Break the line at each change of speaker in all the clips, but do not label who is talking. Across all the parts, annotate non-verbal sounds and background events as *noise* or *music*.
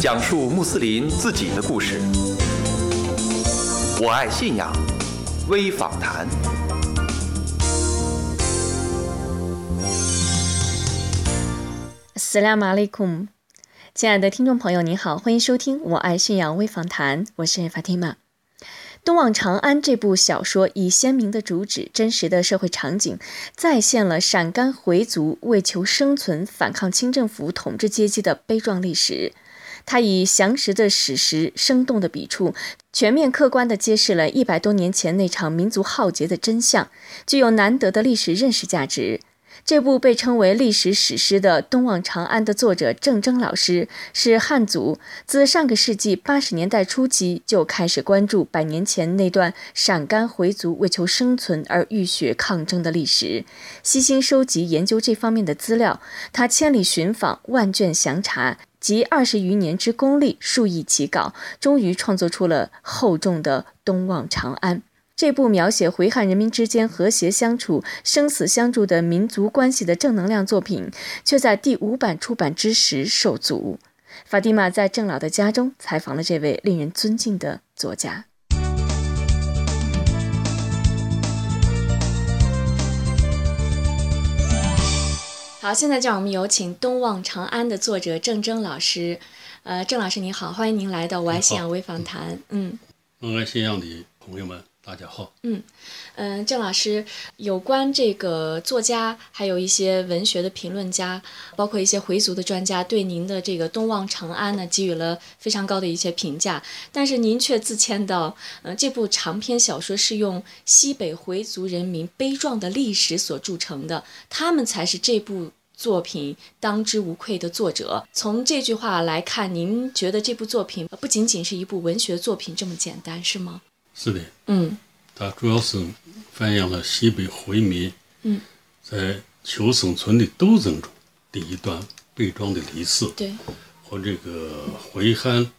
讲述穆斯林自己的故事。我爱信仰，微访谈。
Assalamu alaikum，亲爱的听众朋友，您好，欢迎收听《我爱信仰微访谈》，我是 Fatima。东往长安这部小说以鲜明的主旨、真实的社会场景，再现了陕甘回族为求生存、反抗清政府统治阶级的悲壮历史。它以详实的史实、生动的笔触，全面客观地揭示了一百多年前那场民族浩劫的真相，具有难得的历史认识价值。这部被称为历史史诗的《东望长安》的作者郑铮老师是汉族，自上个世纪八十年代初期就开始关注百年前那段陕甘回族为求生存而浴血抗争的历史，悉心收集研究这方面的资料。他千里寻访，万卷详查，集二十余年之功力，数亿奇稿，终于创作出了厚重的《东望长安》。这部描写回汉人民之间和谐相处、生死相助的民族关系的正能量作品，却在第五版出版之时受阻。法蒂玛在郑老的家中采访了这位令人尊敬的作家。好，现在让我们有请《东望长安》的作者郑铮老师。呃，郑老师您好，欢迎您来到《我爱信仰微访谈》。嗯，
热爱信仰的朋友们，大家好。
嗯，郑老师，有关这个作家，还有一些文学的评论家，包括一些回族的专家，对您的这个《东望长安》呢，给予了非常高的一些评价。但是您却自谦到，呃，这部长篇小说是用西北回族人民悲壮的历史所铸成的，他们才是这部作品当之无愧的作者。从这句话来看，您觉得这部作品不仅仅是一部文学作品这么简单，是吗？
是的，
嗯
它主要是反映了西北回民
嗯
在求生存的斗争中的一段悲壮的历史，
对。
和这个回汉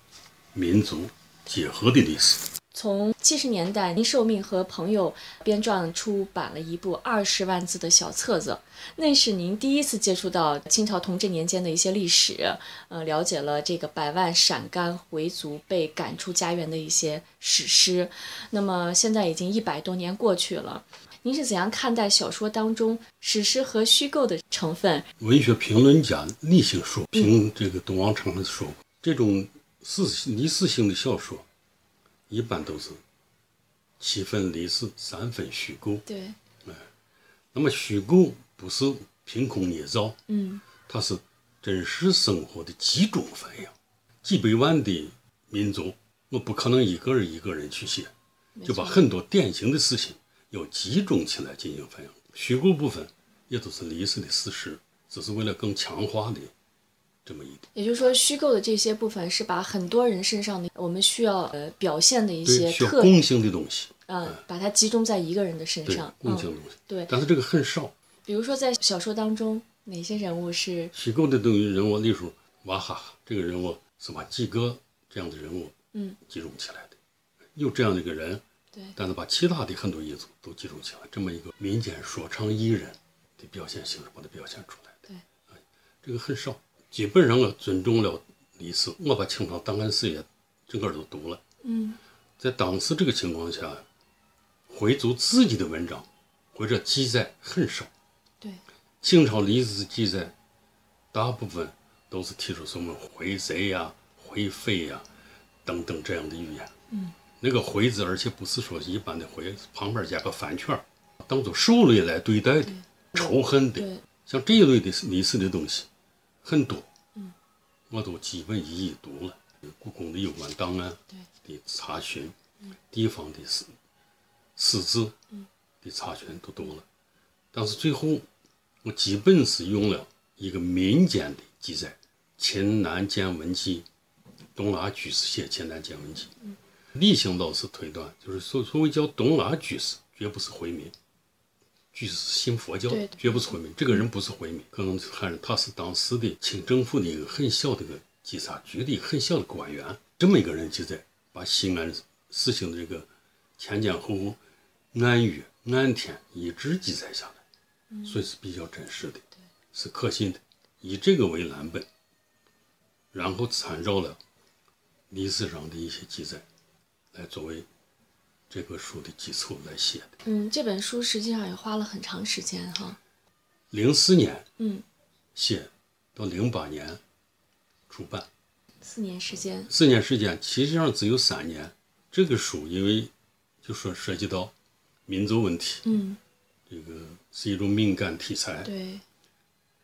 民族结合的历史。
从七十年代，您受命和朋友编撰出版了一部二十万字的小册子，那是您第一次接触到清朝同治年间的一些历史，呃，了解了这个百万陕甘回族被赶出家园的一些史诗。那么现在已经一百多年过去了，您是怎样看待小说当中史诗和虚构的成分？
文学评论家李兴说，评这个《东王长安》说，这种史历史性的小说，一般都是七分历史，三分虚构。
对，
那么虚构不是凭空捏造，
嗯
它是真实生活的集中反映。几百万的民族，我不可能一个人一个人去写，就把很多典型的事情要集中起来进行反映。虚构部分也都是历史的事实，只是为了更强化的这么一点。
也就是说，虚构的这些部分是把很多人身上的我们需要呃表现的一些
对，需要
特
共性的东西，
嗯，把它集中在一个人的身
对
上，。
共性
嗯，
的东西。
对。
但是这个很少，
比如说在小说当中，哪些人物是
虚构的东西人物，例如娃哈哈这个人物是把几个这样的人物
嗯
集中起来的，有这样的一个人，
对
但是把其他的很多因素都集中起来，这么一个民间说唱艺人的表现形式把它表现出来的。
对
哎，这个很少，基本上我尊重了历史，我把清朝档案史也整个都读了。
嗯
在当时这个情况下，回族自己的文章或者记载很少。
对
清朝历史记载，大部分都是提出什么回贼呀、回匪呀、等等这样的语言。
嗯，
那个“回”字，而且不是说一般的“回”，旁边加个反圈儿，当做兽类来对待的，仇恨的，
对
像这一类的历史的东西很多。
嗯
我都基本一一读了故宫的有关档案的查询，
嗯
地方的史史志的查询都读了，但是最后我基本是用了一个民间的记载，《秦南见闻记》，东拉居士写《秦南见闻记》，例行老师推断，就是所所谓叫东拉居士，绝不是回民。居士是信佛教的
对对，
绝不是回民。这个人不是回民，可能是汉人，他是当时的清政府的一个很小的一个稽查局的一个很小的官员。这么一个人记载，把西安事情的这个前前后后、按月、按天一直记载下来，
嗯
所以是比较真实的，是可信的。以这个为蓝本，然后参照了历史上的一些记载，来作为这本书的基础来写的。
嗯，这本书实际上也花了很长时间哈。
零四年
嗯，
写，到零八年出版，
四年时间。
四年时间，其实上只有三年。这个书因为就说涉及到民族问题，
嗯，
这个是一种敏感题材，
对，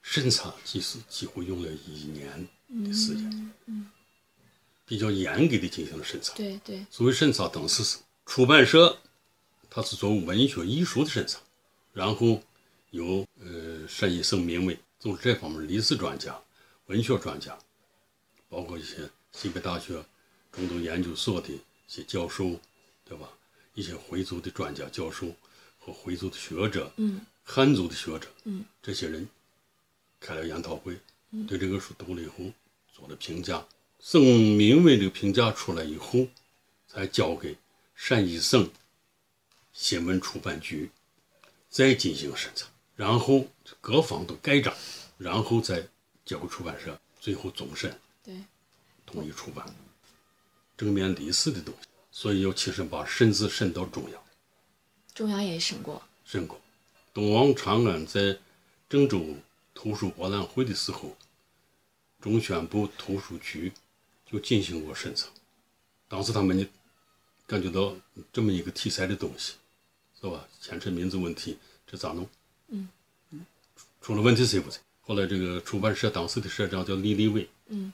审查其实几乎用了一年的时间，
嗯
比较严格的进行了审查。
对对，
所谓审查，当时是出版社，它是做文学艺术的审查，然后由呃沈医生名为就是这方面历史专家、文学专家，包括一些西北大学中东研究所的一些教授，对吧？一些回族的专家教授和回族的学者，
嗯，
汉族的学者，
嗯，
这些人开了研讨会，对这个书读了以后做了评价。宋明伟这个评价出来以后，才交给陕西省新闻出版局再进行审查，然后各方都盖章，然后再交给出版社，最后总审
对，
统一出版。正面离史的东西，所以要七审八审，甚至审到中央。
中央也审过。
申过。东王长安在郑州图书博览会的时候，中宣部图书局就进行过审查。当时他们呢，感觉到这么一个题材的东西，是吧？牵扯民族问题，这咋弄？嗯，出了问题谁不在？后来这个出版社当时的社长叫李立伟，
嗯，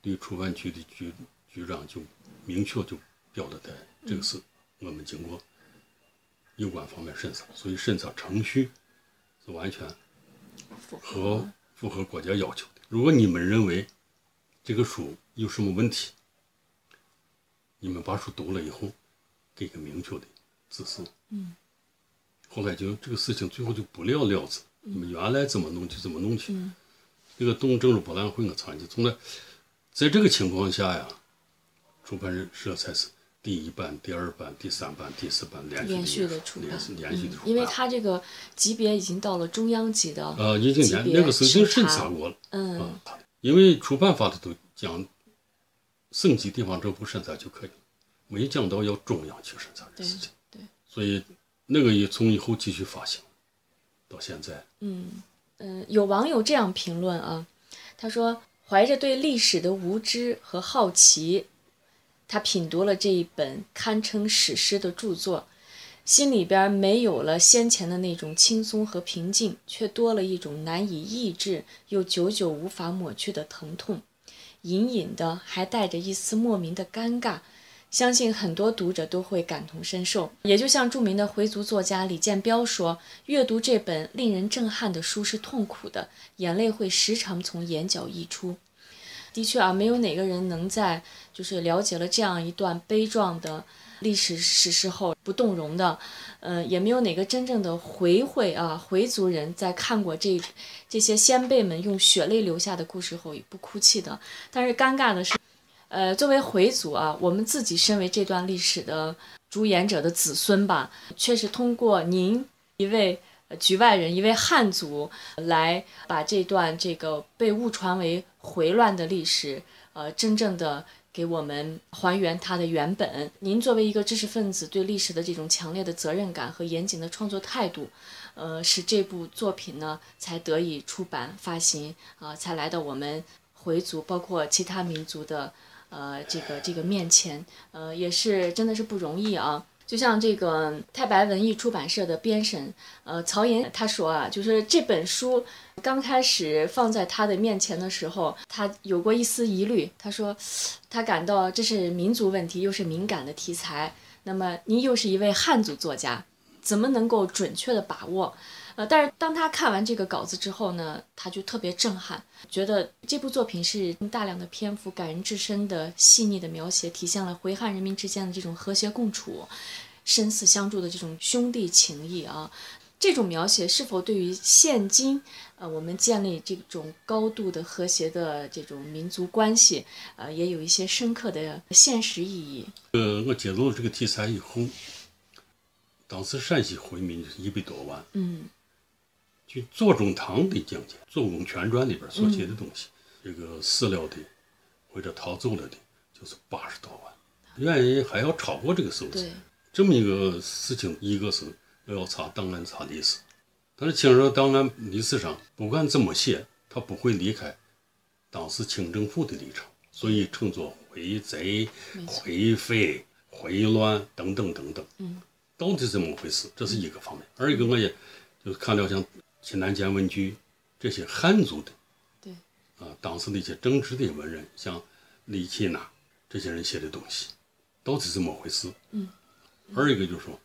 对出版局的局局长就明确就表了态，这个事我们经过有关方面审查，所以审查程序是完全
符合
和符合国家要求的。如果你们认为这个书有什么问题，你们把书读了以后，给个明确的指示。嗯。后来就这个事情最后就不了了之，
嗯
你们原来怎么弄就怎么弄去。这个东郑州博览会我参加，从来在这个情况下呀，出版社才是第一版、第二版、第三版、第四版连续
连嗯续
的
的出版嗯
连续连续的出版，
因为它这个级别已经到了中央级的，
呃，已经
级
连
别
那个时候已经
审
审
查
查过了。
嗯
啊，因为出版法它都讲省级地方政府审查就可以，没讲到要中央去审查这
对
个事情，
对，
所以那个也从以后继续发行到现在，
嗯嗯，有网友这样评论啊，他说怀着对历史的无知和好奇，他品读了这一本堪称史诗的著作，心里边没有了先前的那种轻松和平静，却多了一种难以抑制又久久无法抹去的疼痛，隐隐的还带着一丝莫名的尴尬。相信很多读者都会感同身受。也就像著名的回族作家李建彪说：“阅读这本令人震撼的书是痛苦的，眼泪会时常从眼角溢出。”的确啊，没有哪个人能在就是了解了这样一段悲壮的历史史诗后不动容的，呃，也没有哪个真正的回回啊回族人在看过这这些先辈们用血泪留下的故事后也不哭泣的。但是尴尬的是，呃，作为回族啊，我们自己身为这段历史的主演者的子孙吧，却是通过您一位呃局外人，一位汉族，来把这段这个被误传为回乱的历史，呃，真正的给我们还原它的原本。您作为一个知识分子，对历史的这种强烈的责任感和严谨的创作态度，呃，使这部作品呢才得以出版发行啊、才来到我们回族包括其他民族的呃这个这个面前，呃，也是真的是不容易啊。就像这个太白文艺出版社的编审，呃，曹岩他说啊，就是这本书刚开始放在他的面前的时候，他有过一丝疑虑。他说，他感到这是民族问题，又是敏感的题材。那么您又是一位汉族作家，怎么能够准确的把握？呃，但是当他看完这个稿子之后呢，他就特别震撼，觉得这部作品是大量的篇幅、感人至深的细腻的描写，体现了回汉人民之间的这种和谐共处、生死相助的这种兄弟情谊啊。这种描写是否对于现今，呃，我们建立这种高度的和谐的这种民族关系，呃，也有一些深刻的现实意义？
呃，我接到这个题材以后，当时陕西回民就是一百多万，
嗯
据左宗棠的讲解，《左公全传》里边所写的东西，这个死了的或者逃走了的，就是八十多万，愿意还要超过这个数字
对。
这么一个事情，一个是要查档案查历史，但是清朝档案历史上不管怎么写，他不会离开当时清政府的立场，所以称作回贼、回匪、回乱等等等等。嗯，到底怎么回事？这是一个方面。二一个我也就是看了像秦南监文局这些汉族的
对，
啊，当时的一些正直的文人，像李济南这些人写的东西，到底怎么回事？
嗯。
二一个就是说，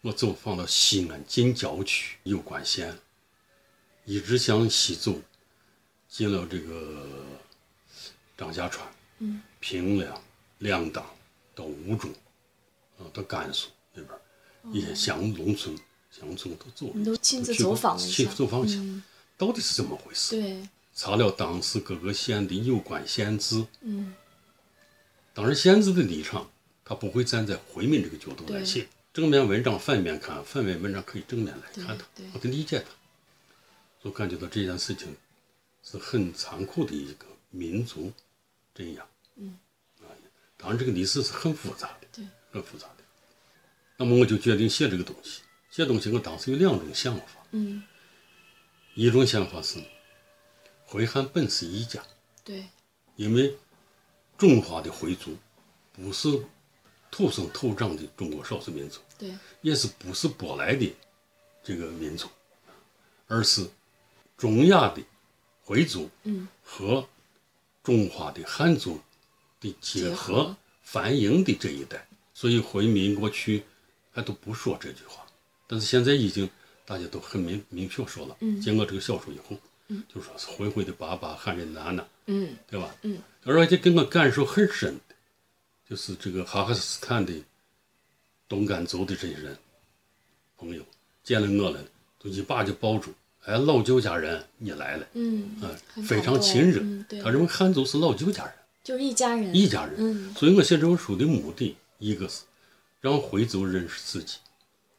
我走放到西安近郊区有关县，一直向西走，进了这个张家川、嗯、平凉、亮当到吴中，啊，到甘肃那边儿一些乡农村、乡村都走了
哦
一
你都
下
亲自
去过
走访了一
去
下嗯
走访一下，到底是怎么回事？
对，
查了当时各个县的有关县志，
嗯，
当然县志的立场，他不会站在回民这个角度来
对
写。正面文章反面看，反面文章可以正面来看它
对对，
我得理解它。我感觉到这件事情是很残酷的一个民族镇压。嗯，啊，当然这个历史是很复杂的，
对，
很复杂的。那么我就决定写这个东西。写东西我当时有两种想法，
嗯，
一种想法是，回汉本是一家，
对，
因为中华的回族不是土生土长的中国少数民族，
对，
也是不是舶来的这个民族，而是中亚的回族
嗯，
和中华的汉族的结
结
合
合
繁衍的这一代。所以回民国去还都不说这句话，但是现在已经大家都很明明确说了。
嗯
经过这个小说以后，就说是回回的爸爸汉人南呐、
嗯，
对吧？
嗯，
而且给我感受很深的，就是这个哈萨克斯坦的东甘族的这些人朋友见了我了，就一把就抱住，哎，老舅家人，你来了，
嗯，
啊、
很
非
感
常
动
亲热。
嗯对
他认为汉族是老舅家人，
就是一家人，
一家人。
嗯
所以我写这本书的目的，一个是让回族认识自己。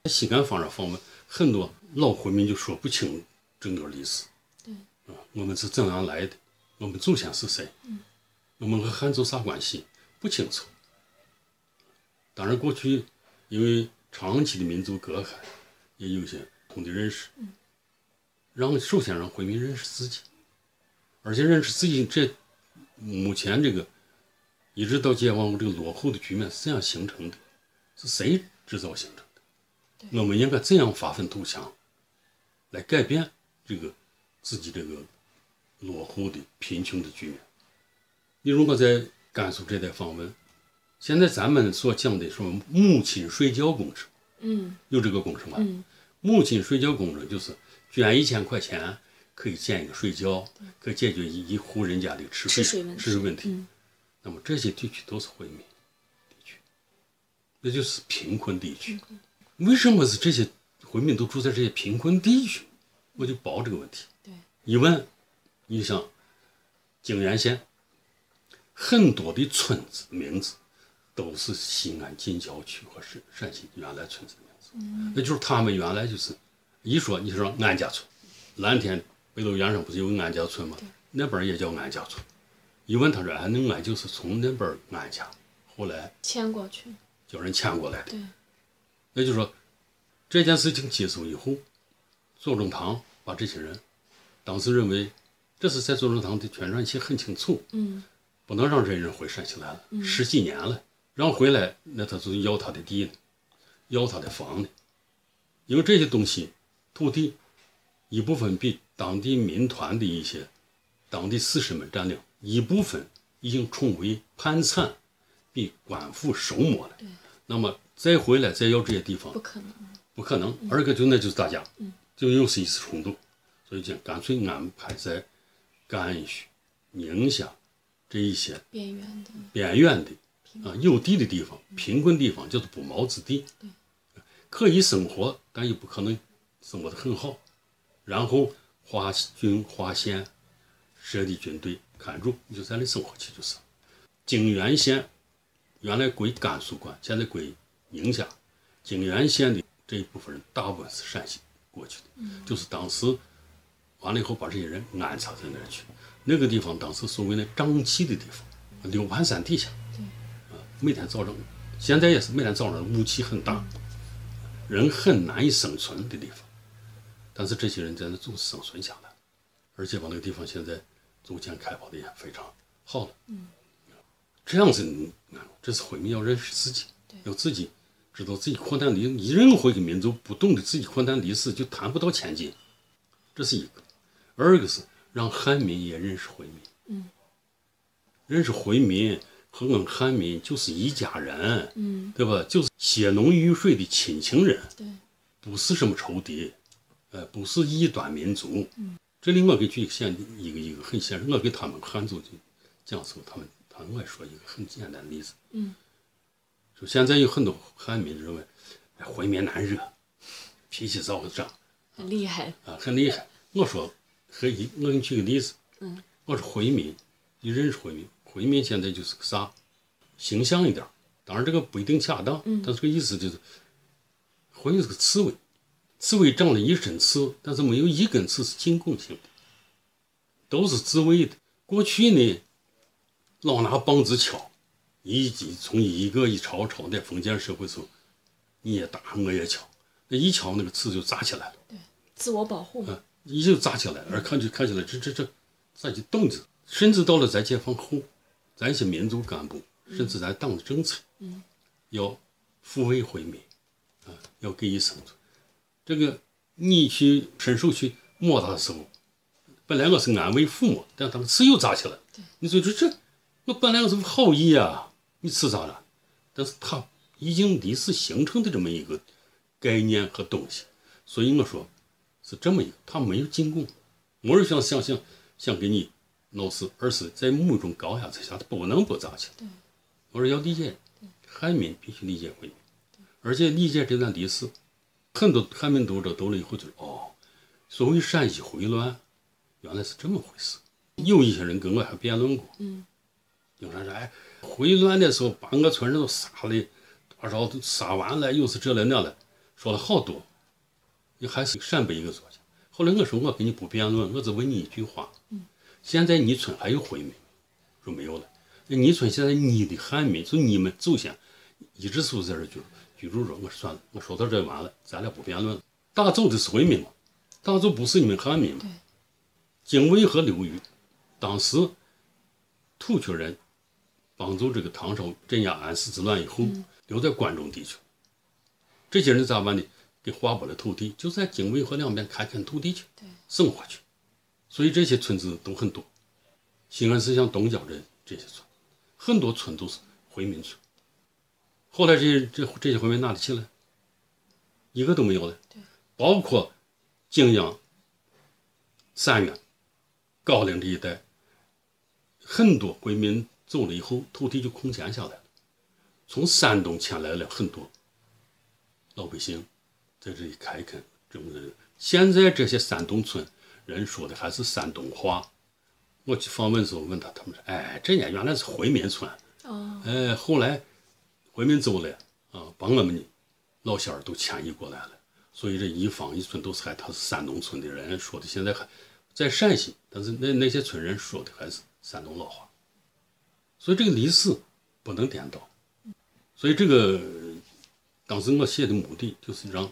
在西安方上访问，很多老回民就说不清整个历史。对，啊，我们是怎样来的？我们祖先是谁？嗯，我们和汉族啥关系？不清楚。当然，过去因为长期的民族隔阂，也有一些不同的认识。嗯，让首先让回民认识自己，而且认识自己这目前这个一直到解放后这个落后的局面是怎样形成的？是谁制造形成的？我们应该怎样发愤图强，来改变这个自己这个落后的贫穷的局面？你如果在甘肃这带访问，现在咱们所讲的什么母亲睡觉工程，
嗯
有这个工程吗？
嗯
母亲睡觉工程就是捐一千块钱可以建一个睡觉，可以解决一一户人家的吃
嗯吃
水
水问题
吃水问题。
嗯
那么这些地区都是回民地区，那就是贫困地区。为什么是这些回民都住在这些贫困地区？我就刨这个问题。
对，
一问，你想，泾源县很多的村子名字都是西安近郊区和陕陕西原来村子的名字，那就是他们原来就是一说你说安家村，蓝天北斗原上不是有安家村吗？那边儿也叫安家村。一问他说，哎，那俺就是从那边儿安家，后来
迁过去，
叫人迁过来的。
对，
也就是说，这件事情结束以后，左宗棠把这些人，当时认为这是在左宗棠的宣传期很清楚，
嗯
不能让这些人回陕西来了，十几年了，让回来那他就要他的地呢，要他的房呢，因为这些东西，土地一部分被当地民团的一些当地士绅们占领，一部分已经成为盘产，被官府收没了。那么再回来再要这些地方
不，可能，
不可能。二个就那就是打架，就又是一次冲突，所以讲干脆安排在甘肃、宁夏这一些
边缘的，
边远的啊有地的地方、贫困地方，叫做不毛之地，可以生活，但也不可能生活的很好。然后划军划县设立军队看住，你就在那里生活去就是。泾源县原来归甘肃管，现在归宁夏。泾源县的这一部分人，大部分是陕西过去的，就是当时完了以后把这些人安插在那儿去。那个地方当时所谓的瘴气的地方，柳盘散地下，啊，煤炭造成，现在也是煤炭造成，雾气很大，人很难以生存的地方。但是这些人在那总是生存下来，而且把那个地方现在逐渐开发的也非常好了。嗯，这样子，你这是回民要认识自己，要自己知道自己困难历史。任何一个民族不懂得自己困难历史，就谈不到前进。这是一个，二个是让汉民也认识回民。
嗯
认识回民和俺汉民就是一家人，
嗯，
对吧？就是血浓于水的亲情人，
对，
不是什么仇敌，呃，不是异端民族。嗯，这里我给举一个现一个一个很现实，我给他们汉族就讲述他们，他们我说一个很简单的例子。
嗯，
就现在有很多汉民认为，哎，回民难惹，脾气躁个张。
很厉害，
啊，很厉害。我说，和一，我给你举个例子，
嗯，
我说回民，你认识回民？回民现在就是个啥？形象一点儿，当然这个不一定恰当，但是这个意思就是，回民是个刺猬，刺猬长了一身刺，但是没有一根刺是进攻性的，都是自卫的。过去呢，老拿棒子敲，一击从一个一朝朝在封建社会时候，你也打我也敲，那一敲那个刺就扎起来了。
自我保护嘛，
啊，一就扎起来了，而看起看起来这这这再去动子，甚至到了咱解放后，咱一些民族干部，甚至咱党的政策，嗯，要抚慰回民，啊，要给予生存。这个你去伸手去摸他的时候，本来我是安慰抚摸，但他们刺又扎起来了。你说这这，我本来我是好意啊，你刺啥了？但是他已经历史形成的这么一个概念和东西，所以我说。是这么一个，他没有进攻，没人想想想想给你闹事，而是在某种高压之下，他不能不扎起来。我说要理解，汉民必须理解回民，而且理解这段历史，很多汉民读者读了以后就是哦，所谓陕西回乱，原来是这么回事。有一些人跟我还辩论过，
嗯，
有人说哎，回乱的时候把我村人都杀了，多少都杀完了，又是这了那了，说了好多。你还是陕北一个作家。后来我说我跟你不辩论，我只问你一句话：现在你村还有回民吗？说没有了。那你村现在你的汉民，就你们祖先一直是不是在这儿居住居住着？我说算了，我说到这完了，咱俩不辩论了。大周的是回民嘛，大周不是你们汉民嘛
对？
精卫和刘裕，当时突厥人帮助这个唐朝镇压安史之乱以后，留在关中地区。这些人咋办的？给划拨了土地，就在泾渭河两边开垦土地去，生活去。所以这些村子都很多。西安市像东郊这这些村，很多村都是回民村。后来这些这这些回民哪里去了？一个都没有了。包括泾阳、三原、高陵这一带，很多回民走了以后，土地就空闲下来了。从山东迁来了很多老百姓，在这里开垦，这么的。现在这些山东村人说的还是山东话。我去访问的时候问他，他们说：“哎，这家原来是回民村，
哦，
哎，后来回民走了啊，把我们的老乡儿都迁移过来了，所以这一方一村都是还他是山东村的人说的，现在还在陕西，但是那那些村人说的还是山东老话，所以这个历史不能颠倒，所以这个当时我写的目的就是让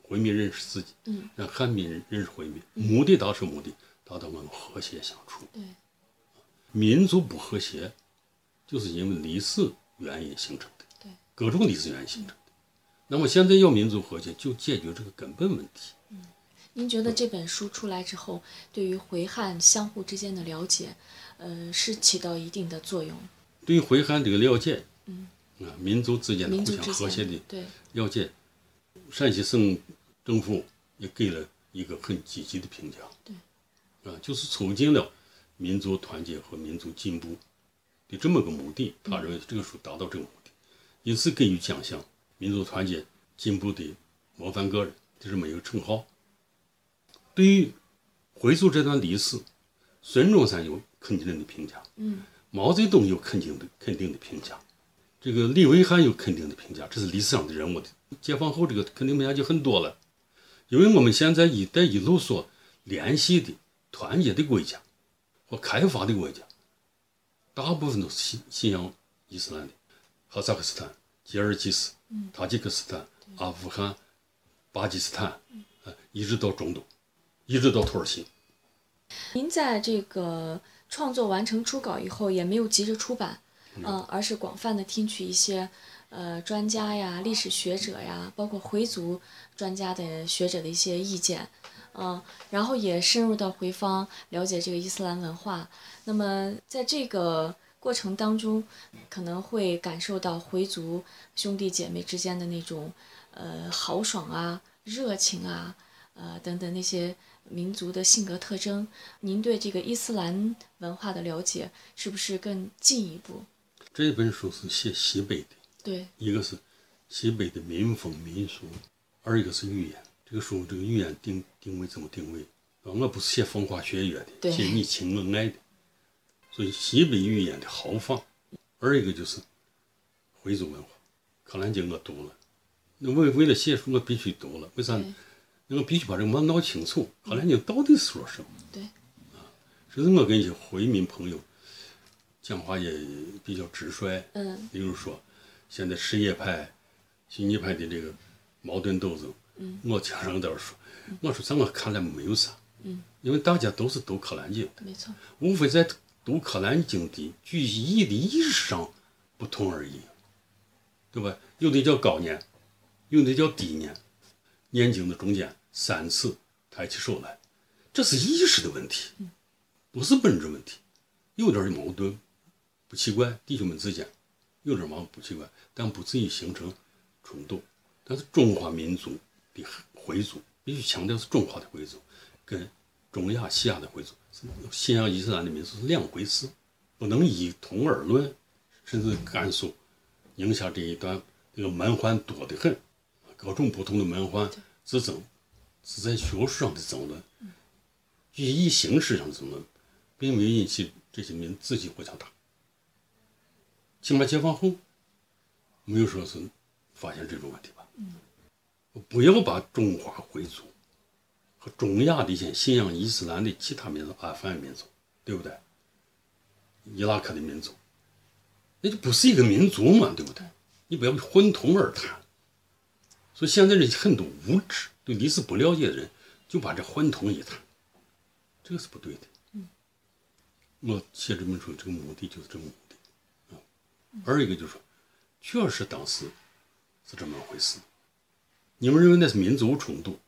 回民认识自己，
嗯
让汉民认识回民，目的倒是目的，达到我们和谐相处，
对，
民族不和谐。就是因为历史原因形成的，
对，
各种历史原因形成的。那么现在要民族和谐，就解决这个根本问题。
您觉得这本书出来之后，对于回汉相互之间的了解，呃，是起到一定的作用？
对于回汉这个了解，嗯，啊，民族之间的
民
互
族
相
之
和谐
间
的
对，
了解，陕西省政府也给了一个很积极的评价，对，啊，就是促进了民族团结和民族进步的这么个目的。他认为这个书达到这个目的，因此给予奖项“民族团结进步的模范个人”就这么一个称号。对于回溯这段历史，孙中山有肯定的评价，嗯，毛泽东有肯定的肯定的评价，这个李维汉有肯定的评价，这是历史上的人物的。解放后这个肯定评价就很多了，因为我们现在“一带一路”所联系的、团结的国家和开发的国家，大部分都是信信仰伊斯兰的，哈萨克斯坦、吉尔吉斯、塔吉克斯坦、阿富汗、巴基斯坦，呃，一直到中东，一直到土耳其。
您在这个创作完成初稿以后，也没有急着出版，嗯、而是广泛的听取一些呃专家呀、历史学者呀，包括回族专家的学者的一些意见，嗯、然后也深入到回方了解这个伊斯兰文化。那么在这个过程当中，可能会感受到回族兄弟姐妹之间的那种呃豪爽啊、热情啊，呃等等那些民族的性格特征。您对这个伊斯兰文化的了解是不是更进一步？
这本书是写西北的，
对，
一个是西北的民风民俗，二一个是语言。这个书这个语言定定位怎么定位？啊，我不是写风花雪月的，
对
写你情我爱的。所以西北语言的豪放，二一个就是回族文化。《可兰经》我读了，那为为了写书我必须读了，为啥呢？那我必须把这个嘛闹清楚，《可兰经》到底说什么？
对，
这是我跟一些回民朋友讲话也比较直率，
嗯，
例如说，现在什叶派、逊尼派的这个矛盾斗争，嗯，我经常在这说，我说在我看来没有啥，嗯，因为大家都是读《可兰经》，
没错，
无非在读《可兰经》的句意的意识上不同而已，对吧？有的叫高年，有的叫低年，念经的中间三次抬起手来，这是意识的问题，不是本质问题，有点矛盾，不奇怪，弟兄们之间有点矛盾不奇怪，但不至于形成冲突。但是中华民族的回族必须强调是中华的回族，跟中亚、西亚的回族是信仰伊斯兰的民族是两回事，不能一同而论。甚至甘肃、宁夏这一段，这个蛮荒多得很，各种不同的蛮荒之争，是在学术上的争论，寓意形式上的争论，并没有引起这些民自己互相打。清末解放后，没有说是发现这种问题吧？不要把中华回族和中亚的一些信仰伊斯兰的其他民族，阿富汗民族，对不对？伊拉克的民族，那就不是一个民族嘛，对不对？你不要混同而谈。所以现在人很多无知、对历史不了解的人，就把这混同一谈，这个是不对的。我写这本书这个目的就是这个目的。二一个就是说，确实当时是这么回事。你们认为那是民族冲突，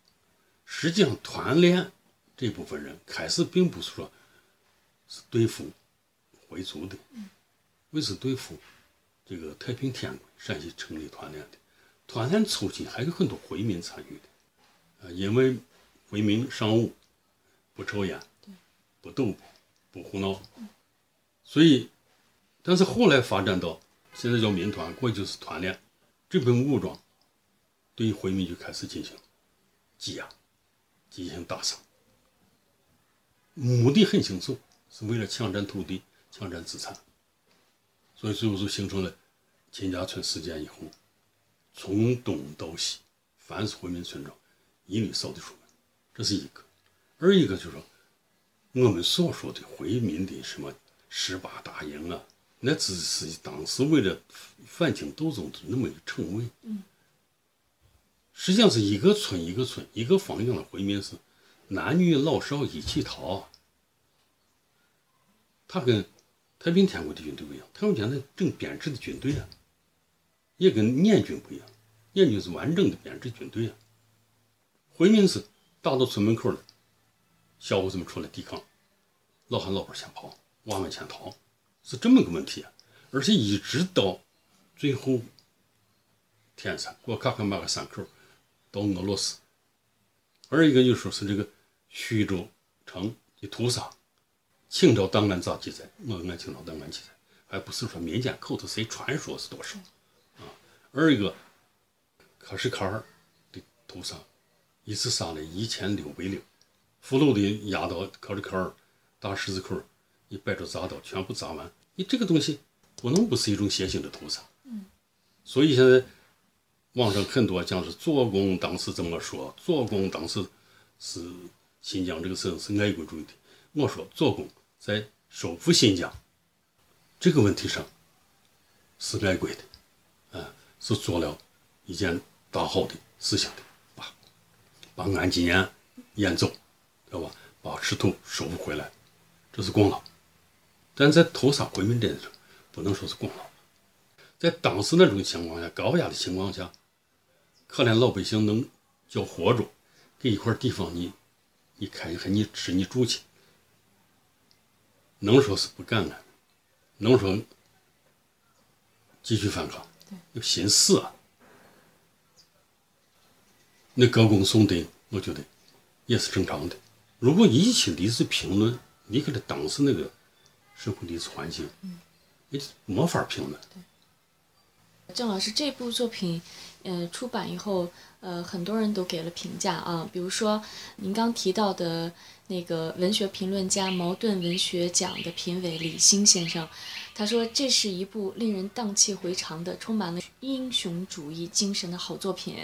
实际上团练这部分人开始并不是说是对付回族的，为是对付这个太平天国陕西成立团练的。团练初期还有很多回民参与的，啊，因为回民商务不抽烟，不赌博，不胡闹，所以但是后来发展到现在叫民团，过去就是团练，这部分武装对于回民就开始进行挤压、进行打杀，目的很清楚，是为了抢占土地、抢占资产，所以最后就形成了秦家村事件以后，从东到西，凡是回民村庄，一律扫地出门，这是一个；二一个就是说，我们所说的回民的什么十八大营啊，那只是当时为了反清斗争的那么一个称谓。嗯，实际上是一个村一个村一个方向的回民是男女老少一起逃。啊他跟太平天国的军队不一样，太平天国正编制的军队啊，也跟捻军不一样，捻军是完整的编制军队啊。回民是打到村门口了，小伙子们出来抵抗，老汉老伴先跑，娃们先逃，是这么个问题啊。而且一直到最后，天山过卡克马克山口到俄罗斯，二一个就说是这个徐州城的屠杀，清朝档案咋记载？我按清朝档案记载，还不是说民间口头谁传说是多少啊。二一个喀什卡尔的屠杀，一次杀了一千六百零。俘虏的压到考里克尔大十字口儿，一百着铡刀全部铡完。你这个东西不能不是一种血腥的屠杀。嗯，所以现在网上很多讲是左公当时怎么说，左公当时是新疆这个省是爱国主义的。我说左公在收复新疆，这个问题上是爱国的，啊，是做了一件大好的事情的，把把安吉延淹走，知道吧？把赤土收复回来，这是功劳。但在投杀回民战争，不能说是功劳。在当时那种情况下，高压的情况下，可怜老百姓能叫活着，给一块地方你，你开开你吃你住去，能说是不干干，能说继续反抗，有心思啊。那歌功颂德，我觉得也是正常的。如果一起历史评论，离开了当时那个社会历史环境，也没法评论。
郑老师这部作品，呃，出版以后，呃，很多人都给了评价啊。比如说您刚提到的那个文学评论家茅盾文学奖的评委李欣先生，他说这是一部令人荡气回肠的、充满了英雄主义精神的好作品。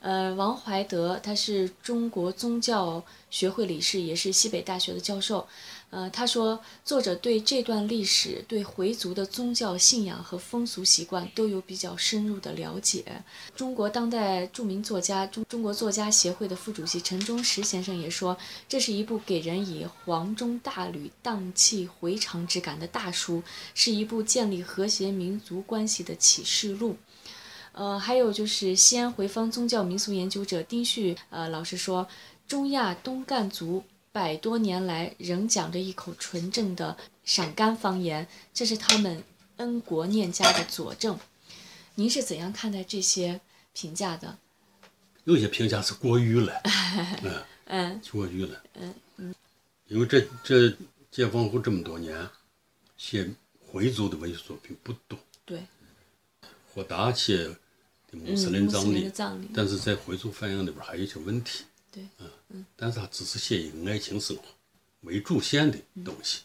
呃，王怀德他是中国宗教学会理事，也是西北大学的教授。呃，他说作者对这段历史、对回族的宗教信仰和风俗习惯都有比较深入的了解。中国当代著名作家、中中国作家协会的副主席陈忠实先生也说，这是一部给人以黄钟大吕、荡气回肠之感的大书，是一部建立和谐民族关系的启示录。呃，还有就是西安回坊宗教民俗研究者丁旭呃老师说，中亚东干族百多年来仍讲着一口纯正的陕甘方言，这是他们恩国念家的佐证。您是怎样看待这些评价的？
有些评价是过
*laughs*
誉了，嗯，
嗯，
过誉了，嗯因为这这解放后这么多年，写回族的文学作品不多，
对，
或大写的穆斯
嗯
林
穆斯
葬
林
礼
的，葬礼
但是在回族繁衍里边还有一些问题，
对，
嗯但是他只是写一个爱情生活为主线的东西，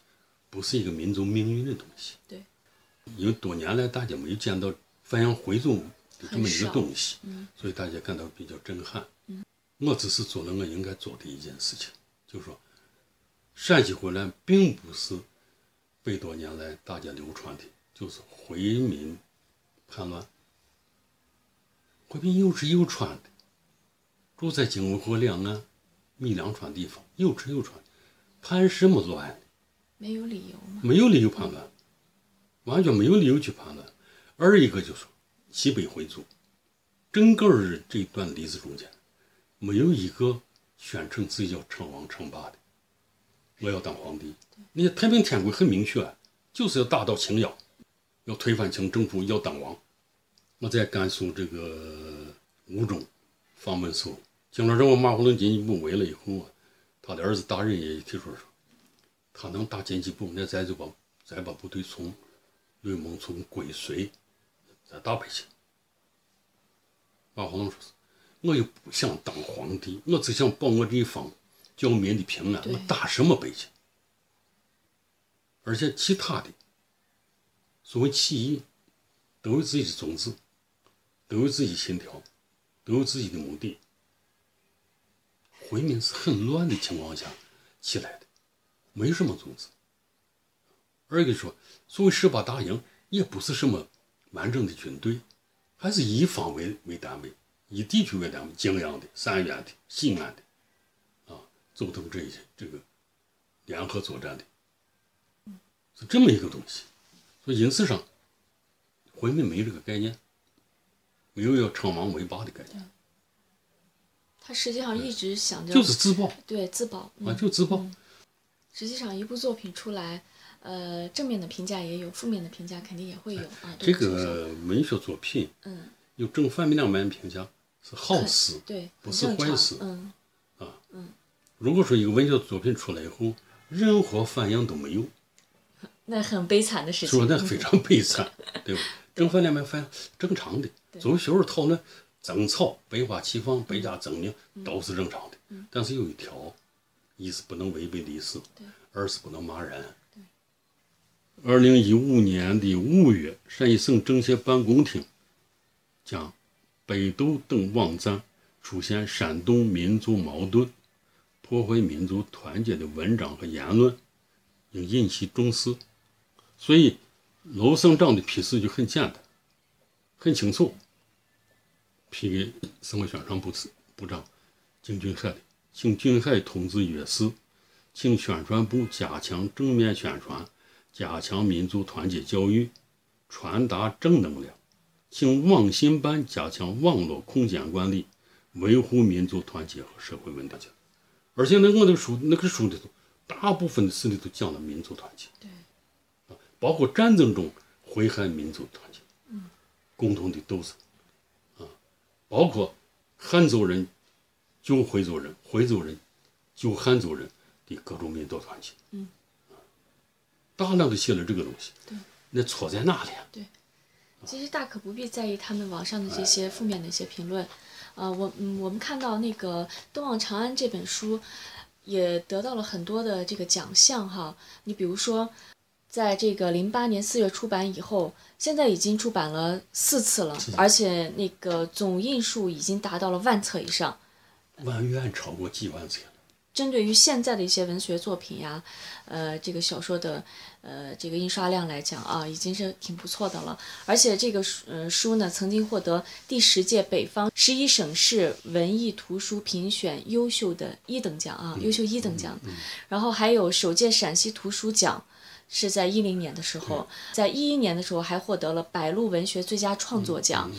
不是一个民族命运的东西。
对，
因为多年来大家没有见到繁阳回族的这么一
很
个
少嗯
东西，所以大家感到比较震撼。我只是做了我应该做的一件事情，就是说，陕西回来并不是百多年来大家流传的，就是回民叛乱，回民又吃又穿的，住在景文河两岸米粮川地方，又吃又穿，判什么乱呢？
没有理由嘛。
没有理由判断，完全没有理由去判断。二一个就是西北回族，整个儿这段历史中间，没有一个宣称自己要称王称霸的，我要当皇帝。那些太平天国很明确，啊就是要打倒清妖，要推翻清政府，要当王。我在甘肃这个吴中访问时候，经常让我马化腾进一步围了以后啊，他的儿子大人也提出来说。他能打进击部，那咱就把咱把部队从内蒙从归绥咱打北京。马化腾说：“我又不想当皇帝，我只想保我这一方教民的平安，
对
我打什么北京？而且其他的所谓起义，都有自己的宗旨，都有自己的信条，都有自己的目的。回民是很乱的情况下起来的。”没什么宗旨。二一个说，所谓十八大营也不是什么完整的军队，还是以方为为单位，以地区为单位，泾阳的、三原的、西安的，啊，走他们这一些这个联合作战的，是这么一个东西。所以因此上，回民没这个概念，没有要称王为霸的概
嗯
念，
他实际上一直想着
就是自爆
对自保。嗯
啊，就自爆。
实际上一部作品出来，呃，正面的评价也有，负面的评价肯定也会有啊。
这
多多少少
个文学作品。
嗯，
有正反面两面评价是好事。
对，
不
很
是
正
坏
常
事
嗯，
如果说一个文学作品出来以后，任何反应都没有，
那很悲惨的事
说
情。
那非常
*laughs*
悲惨，对吧？正反两面反应正常的，作为学术讨论争吵、百花齐
嗯
放、百家争鸣都是正常的。但是有一条，一是不能违背历史，二是不能骂人。二零一五年的五月，陕西省政协办公厅将百度等网站出现煽动民族矛盾、破坏民族团结的文章和言论，应引起重视。所以，罗生障的批示就很简单，很清楚，批给省委宣传部部长金俊海的，请俊海同志阅示，请宣传部加强正面宣传，加强民族团结教育，传达正能量，请网信办加强网络空间管理，维护民族团结和社会稳定性。而且呢，我的书那个书里头，大部分的事里头讲了民族团结，对，包括战争中危害民族团结，嗯，共同的斗争，啊，包括汉族人救回族人，回族人救汉族人的各种民族团结，嗯，大量的写了这个东西，对，那错在哪里啊？
其实大可不必在意他们网上的这些负面的一些评论，啊、我嗯，我们看到那个《东望长安》这本书，也得到了很多的这个奖项哈。你比如说，在这个零八年四月出版以后，现在已经出版了四次了，而且那个总印数已经达到了万册以上。
万元超过几万册了，
针对于现在的一些文学作品呀，呃，这个小说的呃这个印刷量来讲啊，已经是挺不错的了。而且这个书呃书呢，曾经获得第十届北方十一省市文艺图书评选优秀的一等奖啊，优秀一等奖。然后还有首届陕西图书奖。是在一零年的时
嗯
候，在一一年的时候还获得了百鹿文学最佳创作
嗯
奖，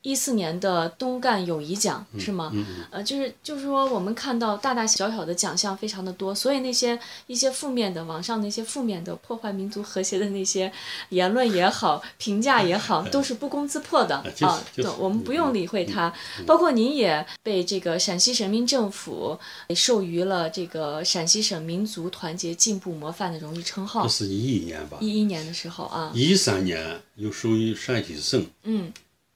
一四年的东干友谊奖是吗？
嗯
呃，就是就是说，我们看到大大小小的奖项非常的多，所以那些一些负面的网上那些负面的破坏民族和谐的那些言论也好，评价也
*laughs* 哎
好，都是不攻自破的
就是嗯
啊。
就是嗯
对，我们不用理会它。包括您也被这个陕西省人民政府呃授予了这个陕西省民族团结进步模范的荣誉称号
这。是一一年吧？
一一年的时候啊，
一三年又授予陕西省
嗯，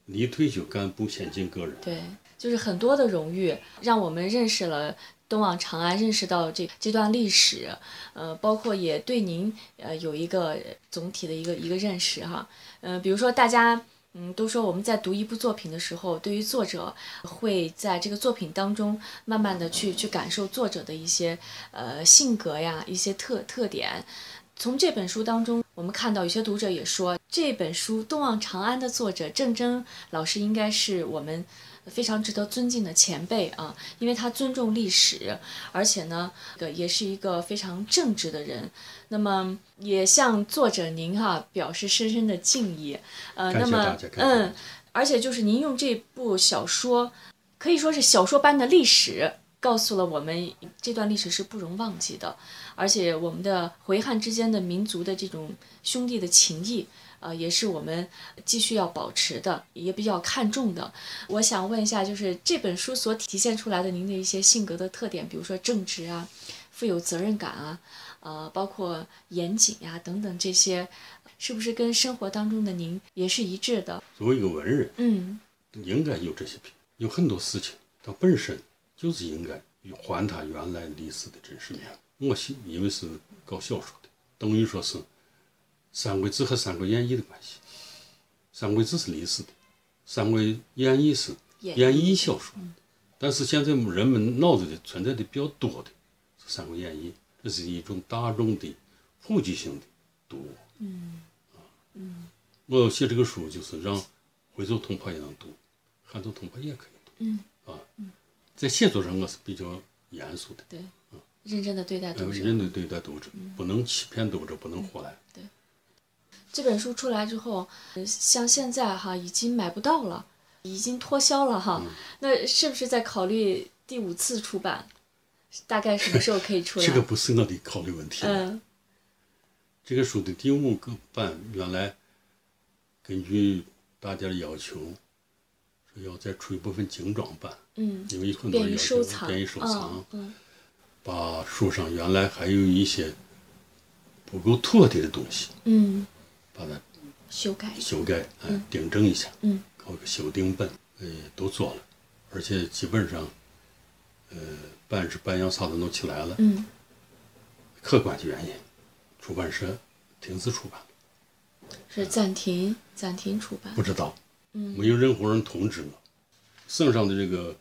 离退休干部先进个人，
对，就是很多的荣誉，让我们认识了东往长安，认识到这这段历史，呃，包括也对您呃有一个总体的一个一个认识哈，呃，比如说大家。嗯，都说我们在读一部作品的时候，对于作者会在这个作品当中慢慢的去去感受作者的一些呃性格呀，一些特特点。从这本书当中，我们看到有些读者也说，这本书《东望长安》的作者郑铮老师应该是我们非常值得尊敬的前辈啊，因为他尊重历史，而且呢，这个也是一个非常正直的人。那么，也向作者您哈、表示深深的敬意。呃，
感
那
谢
么
大家，感谢大
嗯
家，
而且就是您用这部小说，可以说是小说般的历史，告诉了我们这段历史是不容忘记的，而且我们的回汉之间的民族的这种兄弟的情谊。呃，也是我们继续要保持的，也比较看重的。我想问一下，就是这本书所体现出来的您的一些性格的特点，比如说正直啊、富有责任感啊，呃，包括严谨呀、等等这些，是不是跟生活当中的您也是一致的？
作为一个文人，
嗯，
应该有这些评，有很多事情它本身就是应该还它原来历史的真实面目。我是因为是搞小说的，等于说是《三国志》和《三国演义》的关系，《三国志》是历史的，《三国演义》是
演
演义小说。但是现在人们脑子里存在的比较多的是《三国演义》，这是一种大众的普及性的读物。嗯嗯，我写这个书就是让回族同胞也能读，汉族同胞也可以读。嗯啊，在写作上我啊是比较严肃的，
对，认真的对待
呃
读者。
认真对待读嗯者，不能欺骗读者，不能胡来。
这本书出来之后，呃像现在哈已经买不到了，已经脱销了哈。
嗯
那是不是在考虑第五次出版？大概什么时候可以出来？
*laughs* 这个不呃是我的考虑问题。
嗯
这个书的第五个版原来根据大家的要求，说要再出一部分精装版，
嗯，
因为很多
便
人
于
要
收
求
藏，
便于收藏，
嗯
把书上原来还有一些不够妥帖的东西，
嗯嗯，
把它
修改
修改、哎，订正一下，
嗯
搞个修订本，呃，都做了，而且基本上，呃，半是半样啥子都起来了，
嗯
客观的原因，出版社停止出版，
是暂停暂停出版
不。知道，
嗯
没有任何人通知我，省上的这个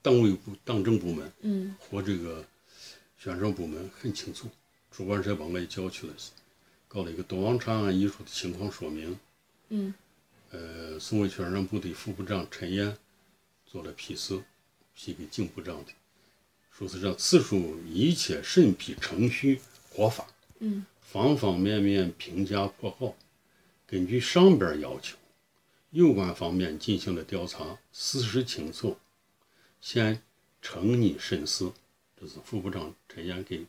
党委部、党政部门
嗯
和这个宣传部门很清楚，出版社把我也叫去了，告了一个董王长安遗嘱的情况说明。
嗯，
呃，宋委全让部的副部长陈燕做了批示，批给警部长的，说是让此处一切审批程序合法，
嗯，
方方面面评价颇好，根据上边要求，有关方面进行了调查，事实清楚，现诚拟审视。这是副部长陈燕给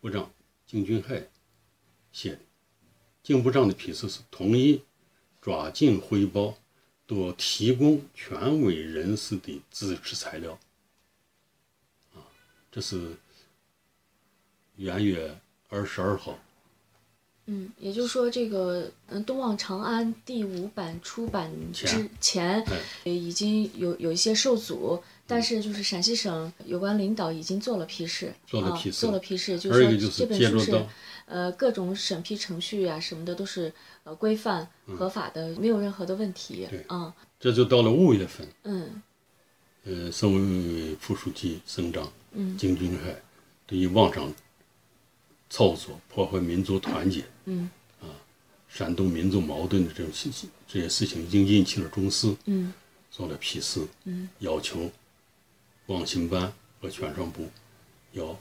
部长景俊海写的。警部长的批示是同意抓紧汇报，多提供权威人士的支持材料。啊，啊这是元月二十二号，
嗯，也就是说，这个嗯，《东望长安》第五版出版之前，
哎，
呃已经有有一些受阻，
嗯
但是就是陕西省有关领导已经做了批示，
做了批
啊、
示
做了批示，就
还有一
是
个就
说
是
这本
接
书
着
是
到
呃各种审批程序啊什么的都是呃规范合法的，没有任何的问题
嗯对
啊，
这就到了五月份。
嗯
呃，省委副书记省长
嗯
景俊海对于网上操作破坏民族团结、啊
嗯
煽动民族矛盾的这种信息，这些事情已经引起了重视。
嗯
做了批示，
嗯
要求网信办和宣传部要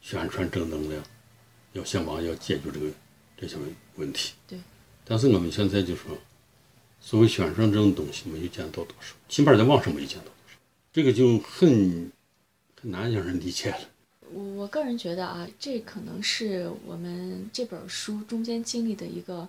宣传正能量，要想办法要解决这个这些问问题。
对。
但是我们现在就说，所谓宣传这种东西没有见到多少，起码在网上没见到多少，这个就很很难让人理解了。
我我个人觉得啊，这可能是我们这本书中间经历的一个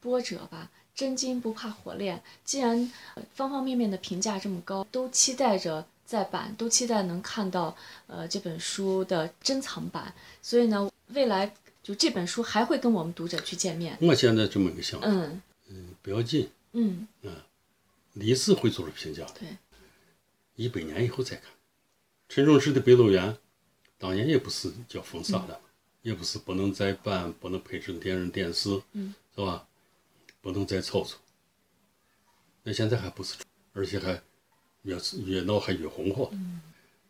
波折吧。真金不怕火炼，既然呃方方面面的评价这么高，都期待着再版，都期待能看到呃这本书的珍藏版。所以呢，未来就这本书还会跟我们读者去见面。
我现在这么一个想法，
嗯
嗯不要紧，
嗯，
历史会做出评价的。
对，
一百年以后再看。陈忠实的《北斗园》，当年也不是叫封杀的，也不是不能再办，不能拍成电影电视，
嗯
是吧？不能再炒作。那现在还不是，而且还越越闹还越红火。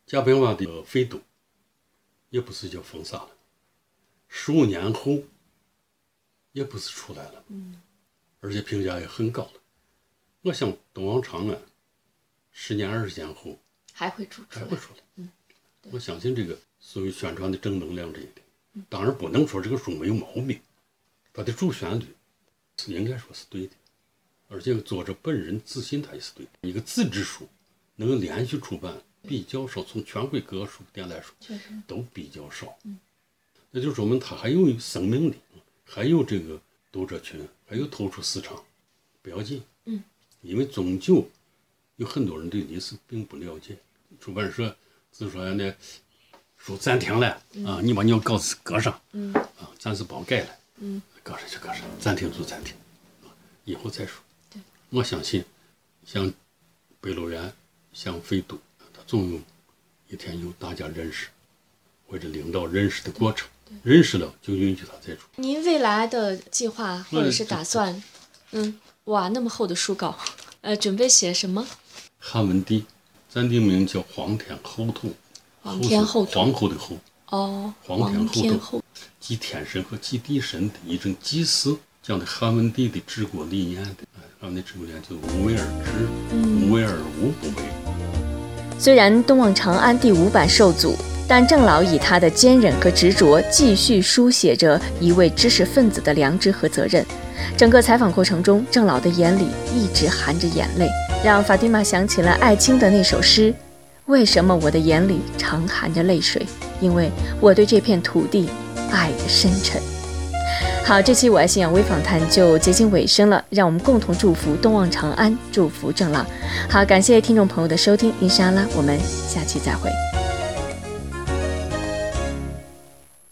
贾平凹的《废都》也不是叫封杀了，十五年后也不是出来了，而且评价也很高了。我想东王长安十年二十年后
还会出出
还
来
会。出来。我相信这个所谓宣传的正能量这一点，当然不能说这个书没有毛病，它的主旋律是应该说是对的，而且作者本人自信他也是对的。一个自制书能够连续出版比较少，从全国各个书店来说
确实，嗯
都比较少，那就说明他还有生命力，还有这个读者群，还有投出市场，不要紧，
嗯，
因为终究有很多人对历史并不了解，出版社只说呢，书暂停了啊，你把你要稿子搁上，
嗯
啊，暂时甭改了，
嗯，
搁上就搁上，暂停就暂停，啊以后再说。
对，
我相信，像北楼园，像飞都，它总有一天有大家认识，或者领导认识的过程，认识了就允许它再出。
您未来的计划或者是打算，嗯，哇，那么厚的书稿，呃，准备写什么？
汉文帝，咱的名叫皇天后土，
皇天后
是
土
皇后的后，
哦，
皇天后
天
斗
后，
祭天神和祭地神的一种祭祀，讲的汉文帝的治国理念的，哎，汉文帝治国理念就是无为而治，
嗯
无为而无不为。
虽然《东望长安》第五版受阻，但郑老以他的坚忍和执着，继续书写着一位知识分子的良知和责任。整个采访过程中，郑老的眼里一直含着眼泪，让法蒂玛想起了艾青的那首诗：“为什么我的眼里常含着泪水？因为我对这片土地爱的深沉。”好，这期《我爱信仰微访谈》就接近尾声了，让我们共同祝福东望长安，祝福郑老。好，感谢听众朋友的收听，伊莎拉，我们下期再会。